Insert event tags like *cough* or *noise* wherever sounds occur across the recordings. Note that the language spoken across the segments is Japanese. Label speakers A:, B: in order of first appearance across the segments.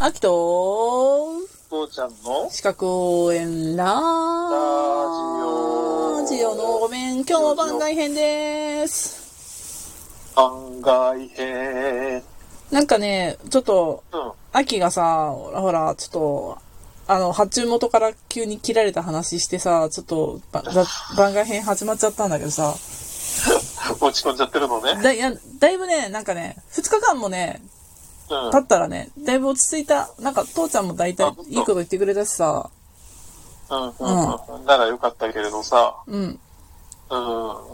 A: 秋と、
B: 父ちゃんの
A: 四角応援ラ
B: ラ
A: ジ
B: ジオ
A: オのごめん、今日は番外編です。
B: 番外編。
A: なんかね、ちょっと、
B: うん。
A: 秋がさ、ほらほら、ちょっと、あの、発注元から急に切られた話してさ、ちょっと、ばざ番外編始まっちゃったんだけどさ、
B: 落ち込んじゃってるのね。
A: だいやだいぶね、なんかね、2日間もね、
B: うん。
A: 経ったらね、だいぶ落ち着いた。なんか、父ちゃんも大体
B: あ本当
A: いいこと言ってくれたしさ、
B: うん。うん。ならよかったけれどさ。
A: うん。
B: うん。うん。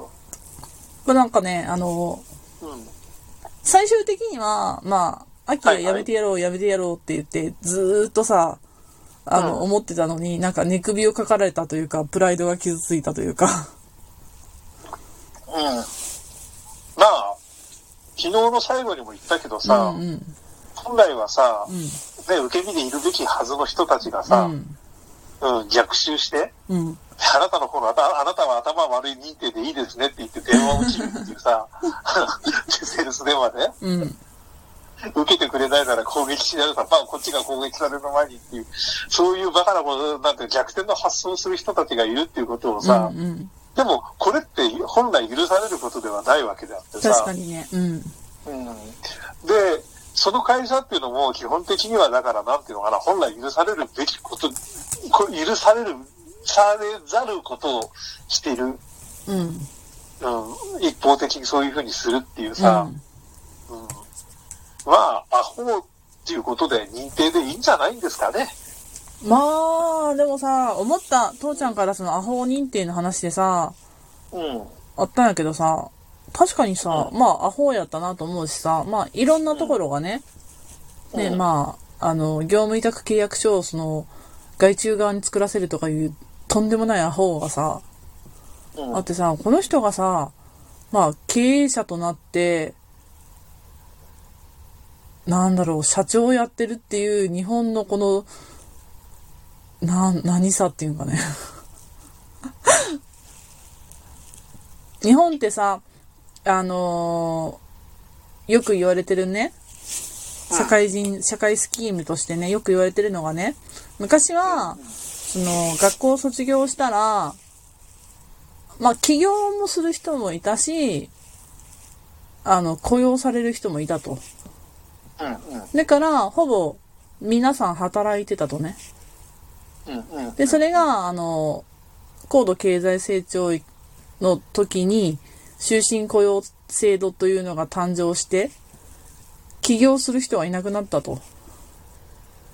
A: まあ、なんかね、あの、最終的には、まあ、秋はやめてやろう、やめてやろうって言って、ずーっとさ、あの、
B: うん
A: 思ってたのに、なんか寝首をかかられたというか、プライドが傷ついたというか、
B: うん。まあ、昨日の最後にも言ったけど
A: う
B: さ、
A: んうん、
B: 本来はさ、
A: うん、
B: ね、受け身でいるべきはずの人たちが
A: う
B: さ、
A: ん、
B: うん、逆襲して、
A: うん、
B: あなたの頃、あなあなたは頭悪い認定でいいですねって言って電話を切るってい
A: *laughs*
B: うさ、 *laughs* セールス電話ね。
A: うん、
B: 受けてくれないなら攻撃しないとか、まあ、こっちが攻撃される前にっていう、そういうバカなこと、なんか逆転の発想をする人たちがいるっていうことをさ、
A: うんうん、
B: でも、これって本来許されることではないわけであって
A: 確
B: さ
A: か、にね、うん、
B: うん、で、その会社っていうのも基本的にはだからなんていうのかな、本来許されるべきこと、こ許される、されざることをしている、うん、
A: うん、
B: 一方的にそういうふうにするっていう
A: う
B: さ、
A: ん、
B: うんまあ、アホっていうことで認定でいいんじゃないんですかね。
A: まあ、でもさ、思った、父ちゃんからそのアホ認定の話でさ、
B: うん。うん。
A: あったんやけどさ、確かにさ、まあ、アホやったなと思うしさ、まあ、いろんなところがね、
B: うん
A: ね、
B: うん
A: まあ、あの、業務委託契約書を、その、外注側に作らせるとかいう、とんでもないアホがさ、あってさ、この人がさ、まあ、経営者となって、なんだろう、社長をやってるっていう、日本のこの、な、何さっていうんかね。日本ってさ、あのーよく言われてるね、社会人、社会スキームとしてね、よく言われてるのがね、昔は、その、学校を卒業したら、まあ、起業もする人もいたし、あの、雇用される人もいたと。
B: うん。
A: だから、ほぼ、皆さん働いてたとね。
B: うん。うん。うん。
A: で、それが、あの、高度経済成長の時に、終身雇用制度というのが誕生して、起業する人はいなくなったと。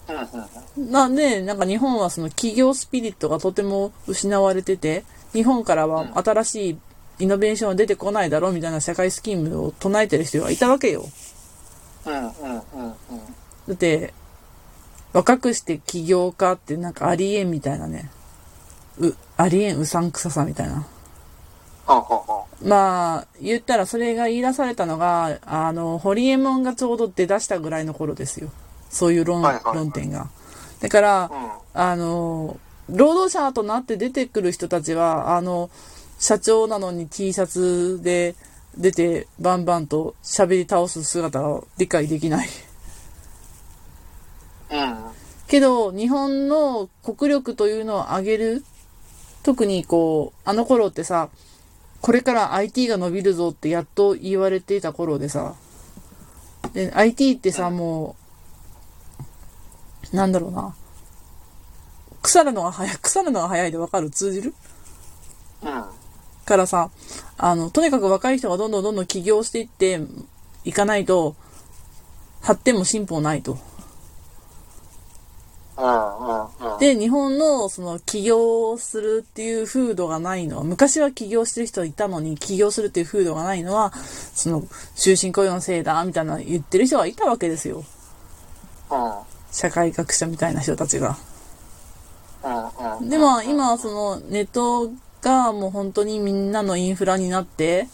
B: うん。うん。
A: なんで、なんか日本はその企業スピリットがとても失われてて、日本からは新しいイノベーションは出てこないだろうみたいな社会スキームを唱えてる人がいたわけよ。
B: うん。うん。
A: だって、若くして起業家ってなんかありえんみたいなね。う、ありえんうさんくささみたいな。まあ、言ったらそれが言い出されたのが、あの、ホリエモンがちょうど出だしたぐらいの頃ですよ。そういう論、
B: はいはいはい
A: 論点が。だから、
B: うん。
A: あの、労働者となって出てくる人たちは、あの、社長なのに T シャツで出てバンバンと喋り倒す姿を理解できない。
B: うん。
A: けど、日本の国力というのを上げる、特にこう、あの頃ってさ、これから IT が伸びるぞってやっと言われていた頃でさ、で、IT ってさ、もう、なんだろうな。腐るのが早い、腐るのが早いでわかる通じる
B: うん。
A: からさ、あの、とにかく若い人がどんどんどんどん起業していって、いかないと、発展も進歩もないと。
B: うん。
A: で、日本のその起業するっていう風土がないのは、昔は起業してる人いたのに起業するっていう風土がないのは、その終身雇用のせいだ、みたいな言ってる人がいたわけですよ。
B: うん。
A: 社会学者みたいな人たちが。
B: うん。
A: でも今はそのネットがもう本当にみんなのインフラになって、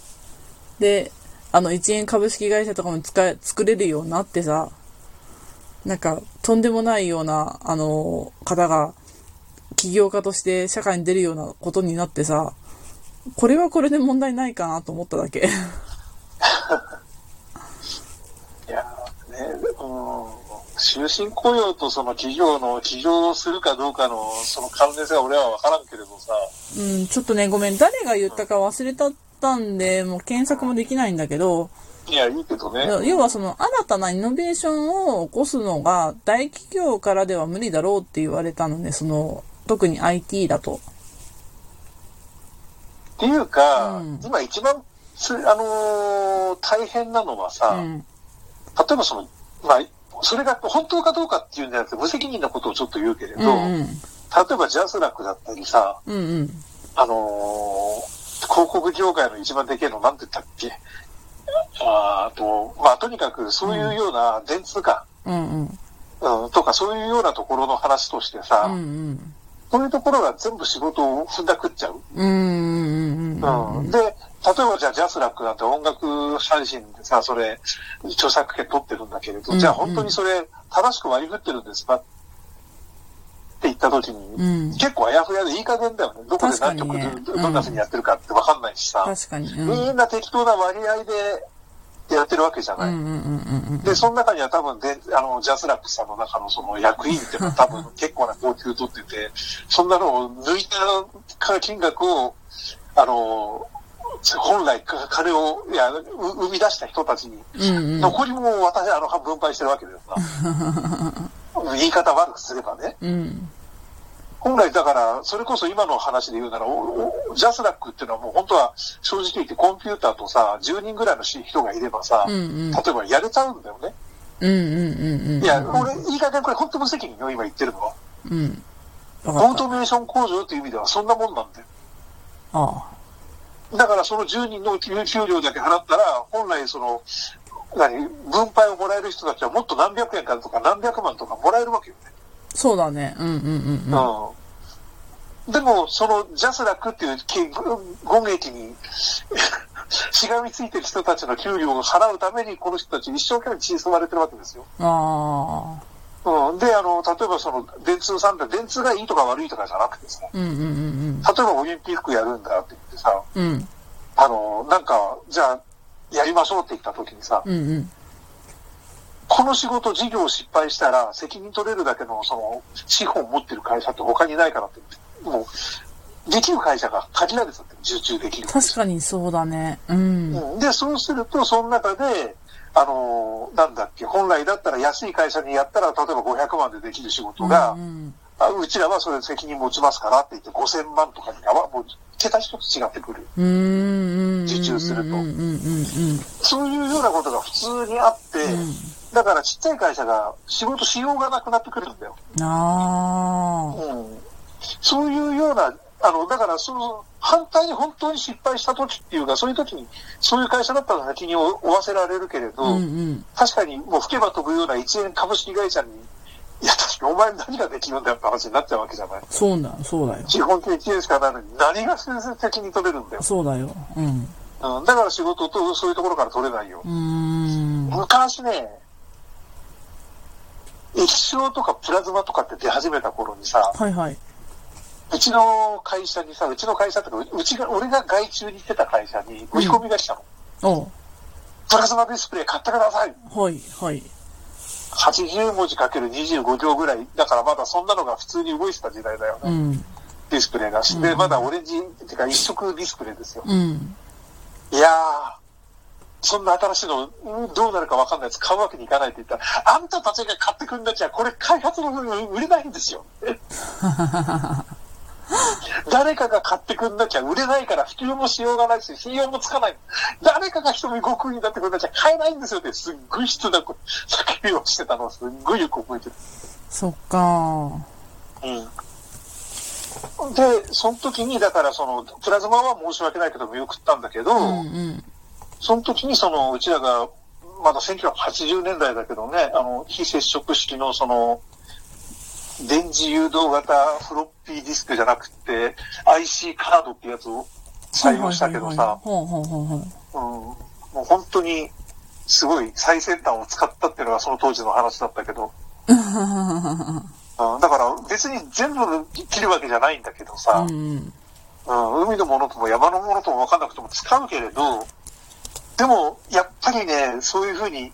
A: で、あの1円株式会社とかも使え、作れるようになってさ、なんかとんでもないような、あの、方が起業家として社会に出るようなことになってさ、これはこれで問題ないかなと思っただけ。
B: いやね、うん。し終身雇用とその企業の起業するかどうかのその関連性は俺は分からんけれどさ、
A: うん、ちょっとね、ごめん。誰が言ったか忘れちゃったんで、もう検索もできないんだけど、
B: いや、いいけどね。
A: 要はその新たなイノベーションを起こすのが大企業からでは無理だろうって言われたのね、その、特に IT だと。
B: っていうか、
A: うん
B: 今一番つ、あのー大変なのはさ、
A: うん。
B: 例えばその、まあ、それが本当かどうかっていうんじゃなくて、無責任なことをちょっと言うけれど、
A: うんう
B: 例
A: ん。
B: えばジャスラックだったりさ、
A: うんうん。
B: あのー広告業界の一番でけえの、なんて言ったっけあーと、まあ、とにかくそういうような電通か、
A: うんうん。
B: うん、とかそういうようなところの話としてさ、
A: うんうん。
B: そういうところが全部仕事を踏んだくっちゃう。
A: うんうんうんうん。
B: うんで、例えばじゃあジャスラックなんて音楽配信でさ、それ、著作権取ってるんだけれど、
A: うん
B: じゃあ本当にそれ、正しく割り振ってるんですかって言った時に、
A: うん
B: 結構あやふやでいい加減だよね。どこで何
A: 確かに
B: 曲、
A: ねうん
B: どんな風にやってるかってわかんないしさ、
A: 確かに。うん。
B: みんな適当な割合でやってるわけじゃ
A: う
B: ない。
A: んうんうんうん
B: で、その中には多分で、あの、ジャスラックさんの中のその役
A: *laughs*
B: 員っていうのは多分結構な高級取ってて、そんなのを抜いた金額を、あの、本来か金を、いや、う生み出した人たちに、
A: うん。うんうん。
B: 残りも私、あの、分配してるわけだよ
A: *laughs*
B: な。言い方悪くすればね。
A: うん。
B: 本来だから、それこそ今の話で言うなら、おおジャスラックっていうのはもう本当は正直言ってコンピューターとさ、10人ぐらいの人がいればさ、
A: うんうん
B: 例えばやれちゃうんだよね。
A: うんうんうんうん。
B: いや、俺、いい加減これ本当無責任よ、今言ってるのは。
A: うん。わ
B: オ
A: か
B: ー
A: った。
B: トメーション工場という意味ではそんなもんなんだよ。
A: あ
B: だからその10人の給給料だけ払ったら、本来その、何、分配をもらえる人たちはもっと何百円かとか何百万とかもらえるわけよね。
A: そうだね。うんうんうんうん。
B: うん。でも、そのジャスラックっていうき権益に *laughs* しがみついてる人たちの給料を払うために、この人たち一生懸命血に染まれてるわけですよ。
A: ああ。
B: うん。で、あの、例えばその、電通さんって、電通がいいとか悪いとかじゃなくてさ、
A: うんうんうん
B: 例えばオリンピックやるんだって言ってさ、
A: うん。うん。
B: あの、なんか、じゃあ、やりましょうって言った時にさ、
A: うんうん。
B: この仕事、事業失敗したら、責任取れるだけの、その、資本持ってる会社って他にないからって、もう、できる会社が限られてたって、受注できる。
A: 確かにそうだね。うん。うん
B: うんで、そうすると、その中で、あの、なんだっけ、本来だったら安い会社にやったら、例えば500万でできる仕事が、
A: うん
B: あうちらはそれ責任持ちますからって言って、5000万とかに、あわもう、桁一つ違ってくる。
A: うんうんうん。
B: 受注すると
A: うんうんうんうん。
B: そういうようなことが普通にあって、だからちっちゃい会社が仕事しようがなくなってくるんだよ。
A: あ
B: うん、そういうような、あの、だからその、反対に本当に失敗した時っていうか、そういう時に、そういう会社だったら先に負負わせられるけれ
A: あ。
B: ど、
A: うんうん。
B: 確かにもう吹けば飛ぶような一円株式会社に、いや、確かにお前何ができるんだよって話になっちゃうわけじゃない。
A: そうだよ、そうだよ。
B: 基本的に1円しかないのに、何が先生的に取れるんだよ。
A: そうだよ。うん。
B: うん、だから仕事とそういうところから取れないよ。
A: うーん。
B: 昔ね、液晶とかプラズマとかって出始めた頃にさ、
A: はいはい。
B: うちの会社にさ、うちの会社とか、ううちが、俺が外注にしてた会社に打ち込みが来たの。
A: お
B: プラズマディスプレイ買ってください
A: はい、はい。
B: !80 文字かける25行ぐらい。だからまだそんなのが普通に動いてた時代だよ
A: う
B: ね。
A: ん。
B: ディスプレイが。で、まだオレンジ、てか一色ディスプレイですよ。
A: うん。
B: いやー。そんな新しいの、うんどうなるかわかんないやつ買うわけにいかないって言ったら、あんたたちが買ってくんなきゃ、これ開発の分売れないんで
A: *laughs*
B: すよ。誰かが買ってくんなきゃ売れないから、普及もしようがないし、信用もつかない。誰かが人の悟空になってくんなきゃ買えないんですよって、すっごい質なこ叫びをしてたのをすっごいよく覚えてる。
A: そっか
B: うん。で、その時に、だからその、プラズマは申し訳ないけど見送ったんだけど、
A: うんうん。
B: その時にそのうちらがまだ1980年代だけどね、あの非接触式のその電磁誘導型フロッピーディスクじゃなくて IC カードってやつを採用したけど
A: はいはいはいはい
B: さ、
A: ほうほうほうほう。
B: うんもう本当にすごい最先端を使ったっていうのがその当時の話だったけど、うんだから別に全部切るわけじゃないんだけどさ、
A: うん。
B: うん、海のものとも山のものとも分かんなくても使うけれど、でも、やっぱりね、そういうふうに、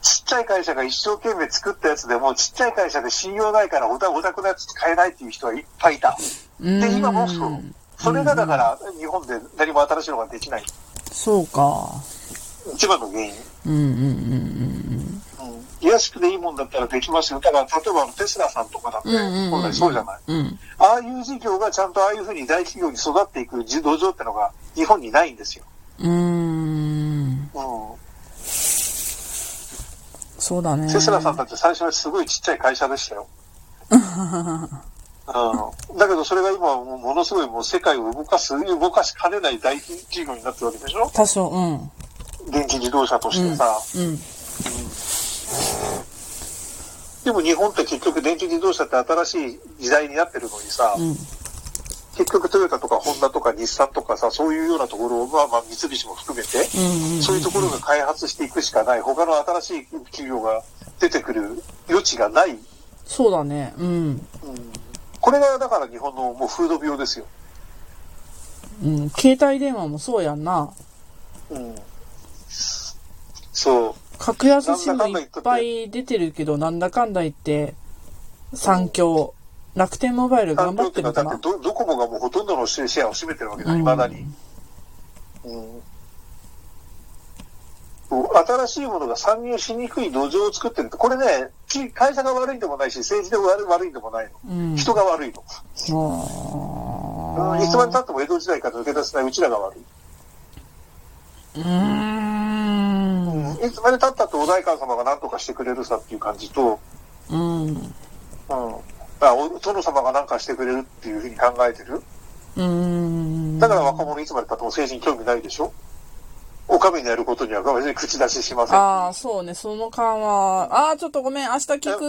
B: ちっちゃい会社が一生懸命作ったやつでも、ちっちゃい会社で信用ないからおた、おたくのやつ使えないっていう人はいっぱいいた。で、今もそう。それがだから、日本で何も新しいのができない。
A: そうか。
B: 一番の原因。
A: うんうんうん
B: うん、安くでいいもんだったらできますよ。だから、例えばあのテスラさんとかだって、
A: うんうんうん
B: 本来そうじゃない。
A: うん。うん。
B: ああいう事業がちゃんとああいうふうに大企業に育っていく土壌ってのが日本にないんですよ。
A: うーん。
B: う
A: そうだね。
B: ん。テスラさんだって最初はすごいちっちゃい会社
A: *laughs*
B: でしたよ。うん、だけどそれが今はもうものすごいもう世界を動かす、動かしかねない大企業になってるわけでしょ
A: 多少、うん。
B: 電気自動車としてさ。
A: うん。
B: でも日本って結局電気自動車って新しい時代になってるのにさ、
A: うん。
B: 結局トヨタとかホンダとか日産とかさ、そういうようなところを、まあまあ三菱も含めて、
A: うんうん。
B: そういうところが開発していくしかない、他の新しい企業が出てくる余地がない。
A: そうだね。うん。
B: これがだから日本のもうフード病ですよ。
A: うん。携帯電話もそうやんな。
B: うん。そう。
A: 格安シムいっぱい出てるけど、なんだかんだ言って、三強。楽天モバイル頑張ってるか
B: だっ
A: な
B: て。ドドコモがもうほとんどのシェアを占めてるわけだ、未だに。うん新しいものが参入しにくい土壌を作ってるってこれね、き会社が悪いんでもないし、政治で悪い悪いんでもないの。
A: うん。
B: 人が悪いの。
A: あ
B: うんいつまで経っても江戸時代から抜け出せないうちらが悪い。
A: ーうーん。
B: いつまで経ったってお代官様が何とかしてくれるさっていう感じと、
A: うん。
B: うん、あお殿様が何かしてくれるっていうふうに考えてる。
A: うん。
B: だから若者いつまで経っても政治に興味ないでしょお上にやることには別に口出ししません。
A: ああ、そうね、その間は、ああ、ちょっとごめん、明日聞く。